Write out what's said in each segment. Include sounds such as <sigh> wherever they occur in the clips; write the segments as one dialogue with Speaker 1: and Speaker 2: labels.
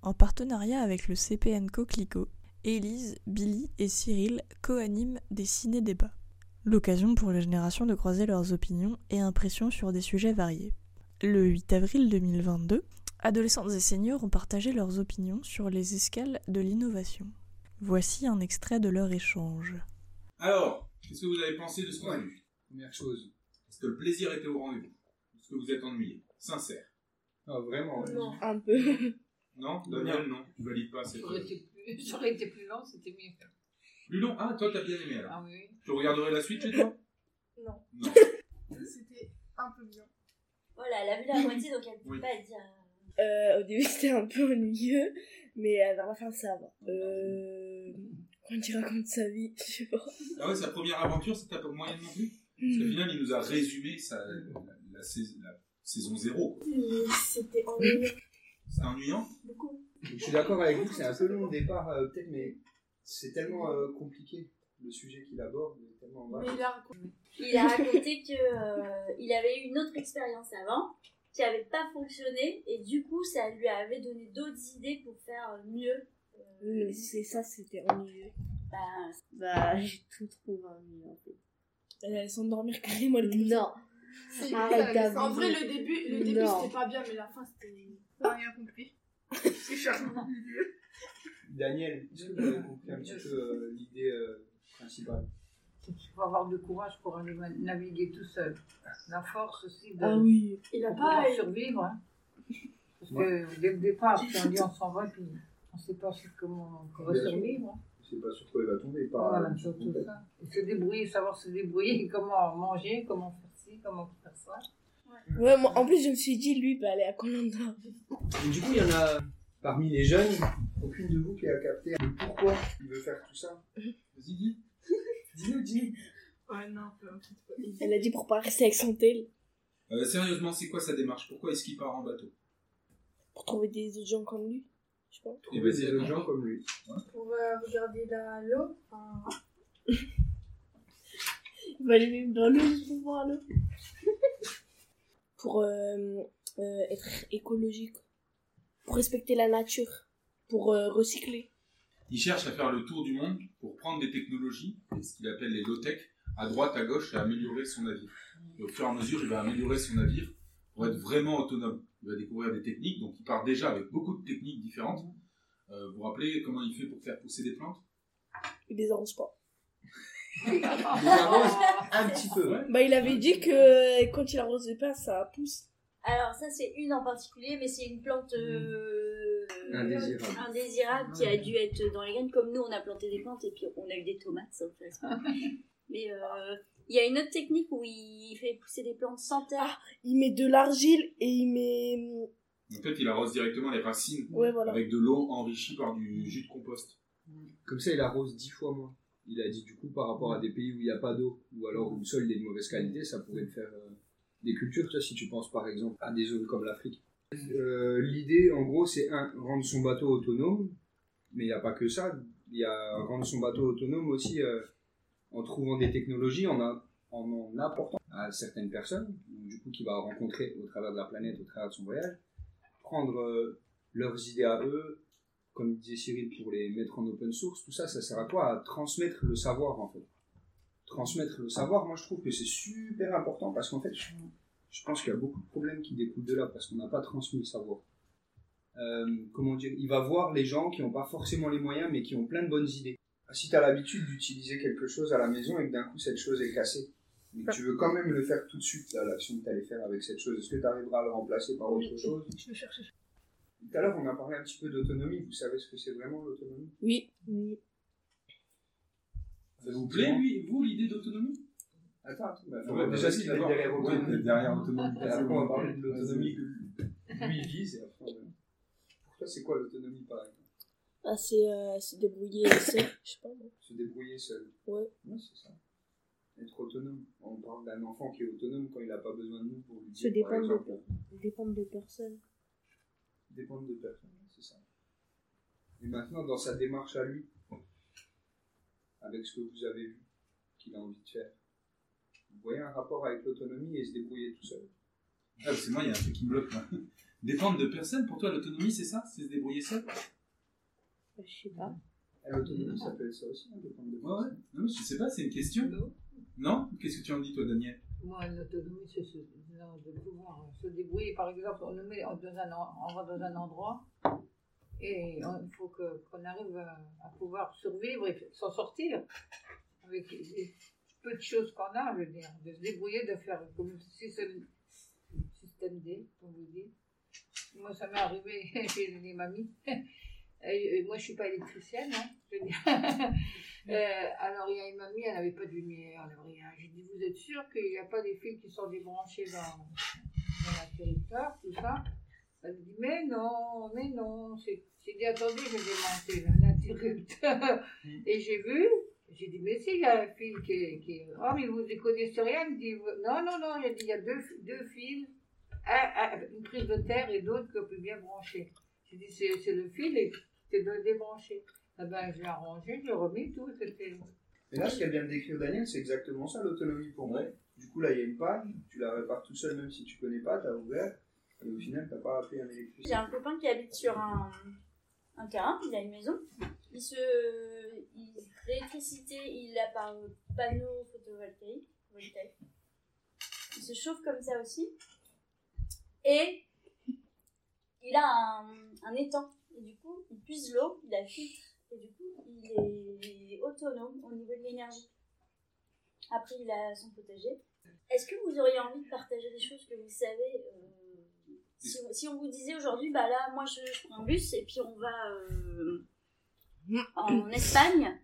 Speaker 1: en partenariat avec le CPN Coquelicot, Élise, Billy et Cyril co-animent des ciné-débats. L'occasion pour les générations de croiser leurs opinions et impressions sur des sujets variés. Le 8 avril 2022, adolescents et seniors ont partagé leurs opinions sur les escales de l'innovation. Voici un extrait de leur échange.
Speaker 2: Alors, qu'est-ce que vous avez pensé de ce qu'on a vu
Speaker 3: Première chose.
Speaker 2: Est-ce que le plaisir était au rendez-vous Est-ce que vous êtes ennuyé Sincère.
Speaker 3: Ah, vraiment, ouais.
Speaker 4: Non,
Speaker 5: Un peu. <laughs>
Speaker 2: Non Daniel, non. Tu valides pas cette
Speaker 4: j'aurais été plus, <laughs> j'aurais été plus lent, c'était mieux.
Speaker 2: Plus long Ah, toi, t'as bien aimé alors.
Speaker 4: Ah oui.
Speaker 2: Tu regarderais la suite chez toi
Speaker 5: Non.
Speaker 2: Non.
Speaker 6: C'était un peu bien.
Speaker 7: Voilà, Oh elle a vu la moitié, donc elle ne peut
Speaker 2: Oui.
Speaker 7: pas dire.
Speaker 5: Euh, au début, c'était un peu ennuyeux, mais à la fin, ça va. Euh... Quand il raconte sa vie, <laughs> je sais pas.
Speaker 2: Ah ouais, sa première aventure, c'était un peu moyennement plus Parce qu'au final, il nous a résumé sa, la, la sais- la saison 0.
Speaker 6: Mais c'était ennuyeux
Speaker 2: C'est ennuyant
Speaker 6: beaucoup.
Speaker 3: Je suis d'accord avec vous, c'est un peu long au départ, euh, peut-être, mais c'est tellement euh, compliqué le sujet qu'il aborde, il est tellement
Speaker 6: Mais
Speaker 3: vaste.
Speaker 6: il a raconté.
Speaker 7: Il a raconté que euh, il avait eu une autre expérience avant qui n'avait pas fonctionné et du coup ça lui avait donné d'autres idées pour faire mieux. Euh,
Speaker 5: Oui, mais Euh, c'est ça, c'était ennuyeux.
Speaker 7: Bah,
Speaker 5: Bah, j'ai tout trouvé ennuyeux, en fait. Elle allait s'endormir carrément, elle était-
Speaker 8: Non,
Speaker 6: C'est-
Speaker 5: Ah,
Speaker 8: Arrête
Speaker 6: ça- En
Speaker 8: d'abuser.
Speaker 6: vrai, le début, le début
Speaker 8: Non.
Speaker 6: c'était pas bien, mais la fin c'était. T'as rien compris. C'est charmant.
Speaker 3: Daniel, est-ce que vous avez compris un petit peu euh, l'idée euh, principale
Speaker 4: Il faut avoir du courage pour aller ma- naviguer tout seul. La force aussi de
Speaker 5: Ah oui.
Speaker 6: Il a
Speaker 4: pour pouvoir
Speaker 6: pas.
Speaker 4: survivre. hein. Parce que dès le départ, si on dit on s'en va, puis on ne sait pas si- comment on va
Speaker 3: Bien sûr. Bah,
Speaker 4: survivre. hein.
Speaker 3: Je sais pas sur quoi il va tomber. Par,
Speaker 4: Voilà, surtout ça. Et se débrouiller, savoir se débrouiller, <laughs> comment manger, comment faire ci, comment faire ça.
Speaker 5: Ouais, moi, en plus, je me suis dit, lui, bah, aller à Colanda.
Speaker 3: Et du coup, il y en a parmi les jeunes, aucune de vous qui a capté le pourquoi il veut faire tout ça. Vas-y, dis. Dis-nous, dis-nous.
Speaker 6: Ouais, non, un peu, un petit peu.
Speaker 5: Elle a dit pour pas rester avec son tel,
Speaker 2: Euh, Sérieusement, c'est quoi sa démarche Pourquoi est-ce qu'il part en bateau
Speaker 5: pour trouver des autres gens comme lui. Je sais pas.
Speaker 2: Et
Speaker 3: Trouver
Speaker 2: vas-y,
Speaker 3: des autres
Speaker 2: raconte.
Speaker 3: gens comme lui.
Speaker 6: Pour euh, regarder la l'eau. enfin,
Speaker 5: Il va aller même dans l'eau juste pour voir l'eau. pour euh, euh, être écologique. Pour respecter la nature. Pour euh, recycler.
Speaker 2: Il cherche à faire le tour du monde pour prendre des technologies, ce qu'il appelle les low-tech, à droite, à gauche, et améliorer son navire. Et au fur et à mesure, il va améliorer son navire pour être vraiment autonome. Il va découvrir des techniques, donc il part déjà avec beaucoup de techniques différentes. Euh, vous vous rappelez comment il fait pour faire pousser des plantes
Speaker 5: Il les arrose pas.
Speaker 3: Il avance
Speaker 4: Ah,
Speaker 3: un petit peu.
Speaker 5: Bah, il avait dit que euh, quand il arrosait pas, ça pousse.
Speaker 7: alors ça c'est une en particulier, mais c'est une plante euh,
Speaker 3: Indésirable.
Speaker 7: indésirable qui a dû être dans les graines. Comme nous on a planté des plantes et puis on a eu des tomates, ça, en
Speaker 6: <laughs>
Speaker 7: fait. Mais euh, il y a une autre technique où il fait pousser des plantes sans terre.
Speaker 5: Il met de l'argile et il met. euh,
Speaker 2: En fait, il arrose directement les racines
Speaker 5: Ouais, voilà.
Speaker 2: avec de l'eau enrichie par du jus de compost.
Speaker 3: Comme ça, il arrose dix fois moins. Il a dit du coup par rapport à des pays où il n'y a pas d'eau, ou alors où le sol est de mauvaise qualité, ça pourrait le faire euh, des cultures, tu vois, si tu penses par exemple à des zones comme l'Afrique. Euh, L'idée, en gros, c'est un, rendre son bateau autonome, mais il n'y a pas que ça, il y a rendre son bateau autonome aussi euh, en trouvant des technologies, en, a- en en apportant à certaines personnes, donc, du coup, qu'il va rencontrer au travers de la planète, au travers de son voyage, prendre euh, leurs idées à eux, comme disait Cyril, pour les mettre en open source, tout ça, ça sert à quoi À transmettre le savoir, en fait. Transmettre le savoir, moi, je trouve que c'est super important parce qu'en fait, je, je pense qu'il y a beaucoup de problèmes qui découlent de là parce qu'on n'a pas transmis le savoir. Euh, comment dire Il va voir les gens qui n'ont pas forcément les moyens mais qui ont plein de bonnes idées. Ah, Si tu as l'habitude d'utiliser quelque chose à la maison et que d'un coup cette chose est cassée, mais que tu veux quand même le faire tout de suite, là, l'action que tu allais faire avec cette chose, est-ce que tu arriveras à le remplacer par autre chose
Speaker 6: Je le cherchais.
Speaker 3: Tout à l'heure, on a parlé un petit peu d'autonomie. Vous savez ce que c'est vraiment l'autonomie
Speaker 5: Oui. oui.
Speaker 2: Ça vous plaît, lui, vous, l'idée d'autonomie
Speaker 3: Attends, attends. bah,
Speaker 2: Ouais,
Speaker 3: faut déjà
Speaker 2: vas-y,
Speaker 3: ce qu'il y a
Speaker 2: d'abord.
Speaker 3: derrière
Speaker 2: Ouais, Ah,
Speaker 3: autonomie.
Speaker 2: derrière autonomie.
Speaker 3: Et après, on va parler de
Speaker 2: Autonomie.
Speaker 3: l'autonomie que lui il vise. Et après, on va- Pour toi, c'est quoi l'autonomie, par exemple
Speaker 5: Ah, c'est euh, se débrouiller seul. Je sais pas. moi.
Speaker 3: Se débrouiller seul.
Speaker 5: Ouais.
Speaker 3: Ouais, c'est ça. Être autonome. On parle d'un enfant qui est autonome quand il n'a pas besoin de nous pour lui
Speaker 5: Se
Speaker 3: dire, par
Speaker 5: dépendre
Speaker 3: exemple,
Speaker 5: de, dépendre de personne.
Speaker 3: dépendre de personne. C'est ça. Et maintenant, dans sa démarche à lui, avec ce que vous avez vu, qu'il a envie de faire, vous voyez un rapport avec l'autonomie et se débrouiller tout seul.
Speaker 2: Ah, c'est moi, <laughs> il y a un truc qui me bloque. là. Dépendre de personne, pour toi, l'autonomie, c'est ça C'est se débrouiller seul
Speaker 5: Je sais pas.
Speaker 3: Ah, L'autonomie, ça peut être ça aussi, hein, dépendre de
Speaker 2: Ouais, ouais. Non, mais je sais pas, c'est une question.
Speaker 4: Non.
Speaker 2: Non Qu'est-ce que tu en dis, toi, Daniel
Speaker 4: Moi, l'autonomie, c'est ce- non, de pouvoir se débrouiller. Par exemple, on nous met dans un, en- on va dans un endroit et il faut que- qu'on arrive à, à pouvoir survivre et s'en sortir avec les peu de choses qu'on a, je veux dire. De se débrouiller, de faire comme si c'est le système D, comme vous dites. Moi, ça m'est arrivé <laughs> chez les mamies. Et, et moi, je suis pas électricienne, hein, je veux dire. <laughs> Euh, alors, il y a une mamie, elle n'avait pas de lumière, elle n'avait rien. J'ai dit, vous êtes sûr qu'il n'y a pas des fils qui sont débranchés dans, dans l'atterrisseur, tout ça Elle me dit, mais non, mais non. C'est- J'ai dit, attendez, je vais démonter l'interrupteur. Et j'ai vu, j'ai dit, mais si, il y a un fil qui est. qui est- Oh, mais vous ne connaissez rien Elle me dit, non, non, non, il y a- il y a deux, deux fils, un- un- une prise de terre et d'autres qu'on peut bien brancher. J'ai dit, c'est c'est le fil et c'est de le débrancher. Ah ben, je l'ai arrangé, je l'ai remis, tout, c'était...
Speaker 3: Mais là, ce qu'elle vient de décrire, Daniel, c'est exactement ça, l'autonomie pour moi. Du coup, là, il y a une panne, tu la répares tout seul, même si tu connais pas, t'as ouvert, et au final, t'as pas appelé un
Speaker 7: J'ai
Speaker 3: électricien.
Speaker 7: un copain qui habite sur un, un terrain, il a une maison. Il se. il- L'électricité, il l'a par panneau photovoltaïque. voltaïque. Il se chauffe comme ça aussi. Et il a un, un étang. Et du coup, il puise l'eau, il la filtre. Et du coup, il est, il est autonome au niveau de l'énergie. Après, il a son potager. Est-ce que vous auriez envie de partager des choses que vous savez euh, si, si on vous disait aujourd'hui, bah là, moi je, je prends un bus et puis on va euh, en Espagne,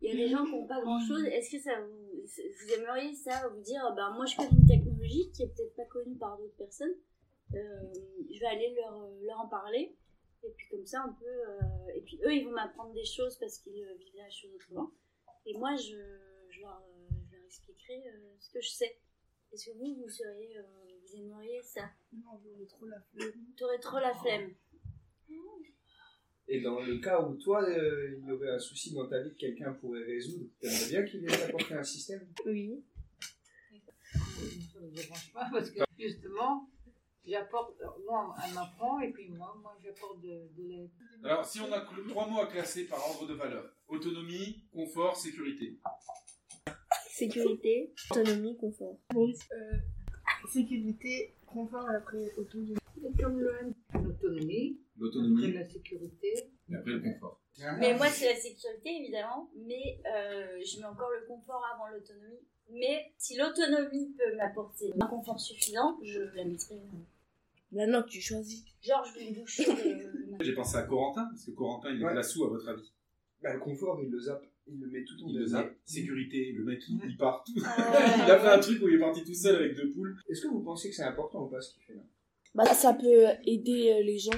Speaker 7: il y a des gens qui n'ont pas grand chose. Est-ce que ça vous, vous aimeriez ça, vous dire, bah moi je connais une technologie qui est peut-être pas connue par d'autres personnes, euh, je vais aller leur, leur en parler et puis comme ça on peut. euh, et puis eux ils vont m'apprendre des choses parce qu'ils euh, vivent la chose autrement. Et moi je, je, leur, euh, je leur expliquerai euh, ce que je sais. Est-ce que vous, vous seriez, euh, vous aimeriez ça
Speaker 6: Non, j'aurais trop la flemme.
Speaker 7: T'aurais trop la flemme.
Speaker 3: Et dans le cas où toi, euh, il y aurait un souci dans ta vie que quelqu'un pourrait résoudre, t'aimerais bien qu'il vienne t'apporter un système
Speaker 5: Oui.
Speaker 4: Ça ne me dérange pas, <laughs> parce que justement, j'apporte... Moi, elle m'apprend, et puis moi, moi j'apporte de, de l'aide.
Speaker 2: Alors, si on a que trois mots à classer par ordre de valeur autonomie, confort, sécurité.
Speaker 5: Sécurité, autonomie, confort.
Speaker 6: Euh, sécurité, confort et après autonomie.
Speaker 7: Comme le
Speaker 4: L'autonomie, après
Speaker 2: L'autonomie,
Speaker 4: la sécurité.
Speaker 2: et après le confort.
Speaker 3: Ah.
Speaker 7: mais moi, c'est la sécurité, évidemment, mais euh, je mets encore le confort avant l'autonomie. Mais si l'autonomie peut m'apporter un confort suffisant, je la mettrai.
Speaker 5: Maintenant, tu choisis.
Speaker 7: Genre, je vais me doucher le, le matin.
Speaker 2: J'ai pensé à Corentin, parce que Corentin, il est
Speaker 3: Ouais.
Speaker 2: classou, à votre avis.
Speaker 3: Bah, le confort, il le zappe, il le met tout en
Speaker 2: Il le zappe. Sécurité, le mec, il il part. il <laughs>
Speaker 7: Euh,
Speaker 2: a fait un truc où il est parti tout seul avec deux poules.
Speaker 3: Est-ce que vous pensez que c'est important ou pas ce qu'il fait là
Speaker 5: Bah, ça peut aider euh, les gens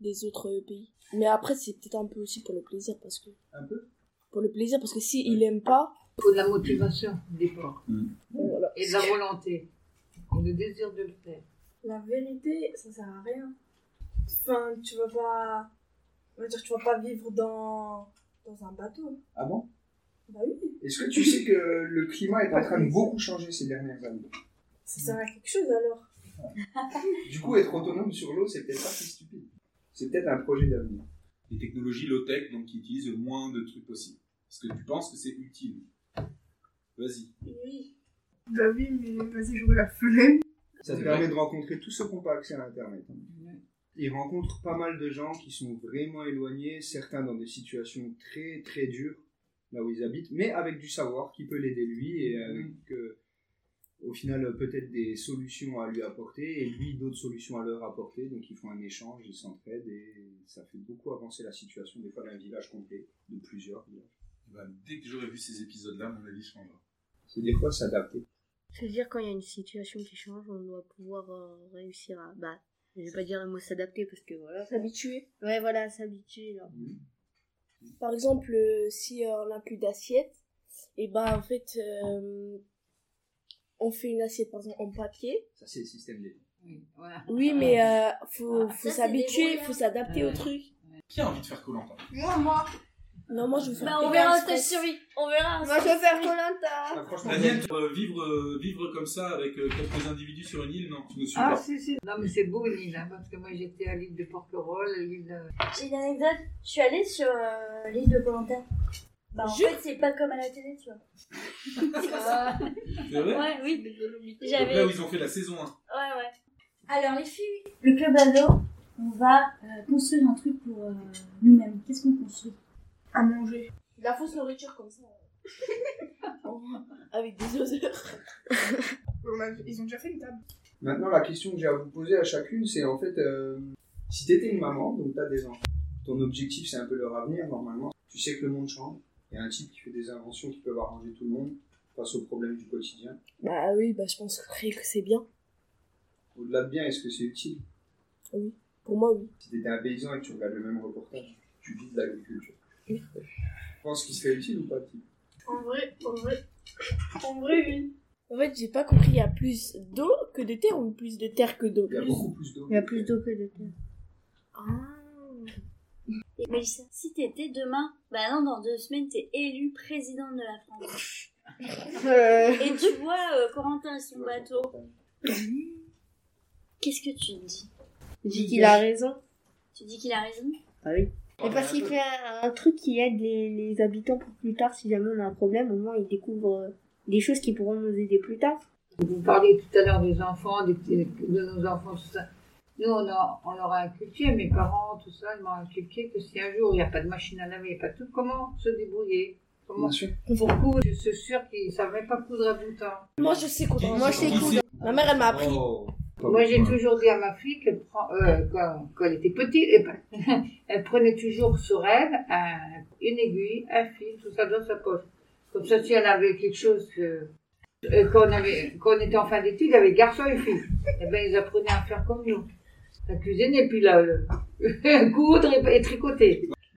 Speaker 5: des autres euh, pays. Mais après, c'est peut-être un peu aussi pour le plaisir, parce que.
Speaker 3: Un peu
Speaker 5: Pour le plaisir, parce que si il aime pas,
Speaker 4: Il faut de la motivation, d'effort,
Speaker 5: bon, voilà.
Speaker 4: et de la volonté, et le désir de le faire.
Speaker 8: La vérité, ça sert à rien. Enfin, tu vas pas. On va dire, tu vas pas vivre dans. dans un bateau.
Speaker 3: Ah bon
Speaker 8: Bah oui,
Speaker 3: Est-ce que tu sais que le climat est en train de beaucoup changer ces dernières années
Speaker 8: ça sert à quelque chose alors.
Speaker 3: Du coup, être autonome sur l'eau, c'est peut-être pas si stupide. C'est peut-être un projet d'avenir.
Speaker 2: Les technologies low-tech, donc qui utilisent le moins de trucs possible. Est-ce que tu penses que c'est utile Vas-y.
Speaker 7: oui.
Speaker 6: Bah oui, mais vas-y, j'aurais la flemme.
Speaker 3: Ça te
Speaker 2: C'est
Speaker 3: permet
Speaker 2: vrai.
Speaker 3: de rencontrer tous ceux qui n'ont pas accès à Internet. hein. Ils rencontrent pas mal de gens qui sont vraiment éloignés, certains dans des situations très très dures, là où ils habitent, mais avec du savoir qui peut l'aider lui et avec euh, au final peut-être des solutions à lui apporter et lui d'autres solutions à leur apporter. Donc ils font un échange, ils s'entraident et ça fait beaucoup avancer la situation des fois d'un village complet, de plusieurs villages.
Speaker 2: Eh ben, dès que j'aurai vu ces épisodes-là, mon avis changera.
Speaker 3: C'est des fois s'adapter.
Speaker 9: C'est-à-dire quand il y a une situation qui change, on doit pouvoir euh, réussir à... Bah, je vais pas dire le mot s'adapter parce que voilà.
Speaker 5: S'habituer.
Speaker 9: Ouais, voilà, s'habituer. genre.
Speaker 5: Par exemple, euh, si euh, on n'a plus d'assiette, et bah en fait, euh, on fait une assiette par exemple en papier.
Speaker 3: Ça c'est le système des
Speaker 4: Oui, voilà.
Speaker 5: Oui, mais euh, faut,
Speaker 7: Ah,
Speaker 5: faut
Speaker 7: ça, c'est
Speaker 5: s'habituer,
Speaker 7: débrouillard.
Speaker 5: faut s'adapter
Speaker 4: Ouais.
Speaker 5: au truc.
Speaker 2: Qui a envie de faire Colanta
Speaker 6: Moi, moi,
Speaker 5: Non, moi je veux faire.
Speaker 7: Bah, on
Speaker 5: Pékin
Speaker 7: verra un stage
Speaker 5: Express.
Speaker 7: survie. On verra un
Speaker 6: Moi, je veux
Speaker 7: stage
Speaker 6: faire
Speaker 7: survie.
Speaker 6: Colanta.
Speaker 3: Ah, franchement,
Speaker 2: Daniel, euh, vivre, euh, vivre comme ça avec euh, quelques individus sur une île, non, tu ne suis
Speaker 4: Ah,
Speaker 2: pas.
Speaker 4: si, si. Non, mais c'est beau l'île, hein, parce que moi j'étais à l'île de Porquerolles, l'île de-
Speaker 7: J'ai une anecdote. Je suis allée sur euh, l'île de Colanta. Bah, en fait, c'est pas comme à la télé, tu vois.
Speaker 2: C'est vrai
Speaker 7: Ouais, oui.
Speaker 2: Donc là
Speaker 7: J'avais.
Speaker 2: où ils ont fait la saison 1.
Speaker 7: Ouais, ouais. Alors, les filles, le club ado, on va euh, construire un truc pour euh, nous-mêmes. Qu'est-ce qu'on construit
Speaker 6: À manger.
Speaker 5: De la fausse nourriture comme ça. Avec des odeurs.
Speaker 6: On a- bah, Ils ont déjà fait une table.
Speaker 3: Maintenant, la question que j'ai à vous poser à chacune, c'est en fait, euh, si t'étais une maman, donc t'as des enfants, ton objectif c'est un peu leur avenir normalement. Tu sais que le monde change. Il y a un type qui fait des inventions qui peuvent arranger tout le monde face aux problèmes du quotidien.
Speaker 5: Bah oui, bah je pense que c'est bien.
Speaker 3: Au-delà de bien, est-ce que c'est utile
Speaker 5: Pour moi, oui.
Speaker 3: Si t'étais un paysan et que tu regardes le même reportage, tu vis de l'agriculture.
Speaker 5: Oui.
Speaker 3: Tu penses qu'il serait utile ou pas petit
Speaker 6: En vrai, en vrai.
Speaker 7: En vrai, oui.
Speaker 5: En fait, j'ai pas compris, il y a plus d'eau que de terre ou plus de terre que d'eau
Speaker 3: Il y a beaucoup plus d'eau.
Speaker 9: Il y a plus d'eau que de terre.
Speaker 7: Et Mélissa, si t'étais demain, bah non, dans deux semaines, t'es élue présidente de la France.
Speaker 6: Euh,
Speaker 7: Et tu vois euh, Corentin et son bateau. Qu'est-ce que tu dis
Speaker 9: J'ai qu'il a raison.
Speaker 7: Tu dis qu'il a raison
Speaker 9: Ah oui. Et parce qu'il fait un, un truc qui aide les, les habitants pour plus tard, si jamais on a un problème, au moins ils découvrent euh, des choses qui pourront nous aider plus tard.
Speaker 4: Vous parliez tout à l'heure des enfants, des petits- de nos enfants, tout ça. Nous, on, a, on leur a inculqué, mes parents, tout ça, ils m'ont inculqué que si un jour il n'y a pas de machine à laver, il n'y a pas de tout, comment se débrouiller Comment
Speaker 3: Bien sûr.
Speaker 4: Beaucoup, je suis sûre qu'ils ne savaient pas coudre à bout de temps.
Speaker 5: Moi, je sais coudre.
Speaker 2: Moi, je sais coudre.
Speaker 5: Ma mère, elle m'a appris.
Speaker 3: Oh.
Speaker 4: Moi, j'ai toujours dit à ma fille qu'elle prend, euh, quand, quand elle était petite, eh ben, <laughs> elle prenait toujours sur elle un- une aiguille, un fil, tout ça dans sa poche. Comme ça, si elle avait quelque chose que, euh, quand, on avait, quand on était en fin d'études, il y avait garçons et filles. Eh ben, ils <laughs> apprenaient à faire comme nous. La cuisine et puis la, le- coudre et, et tricoter.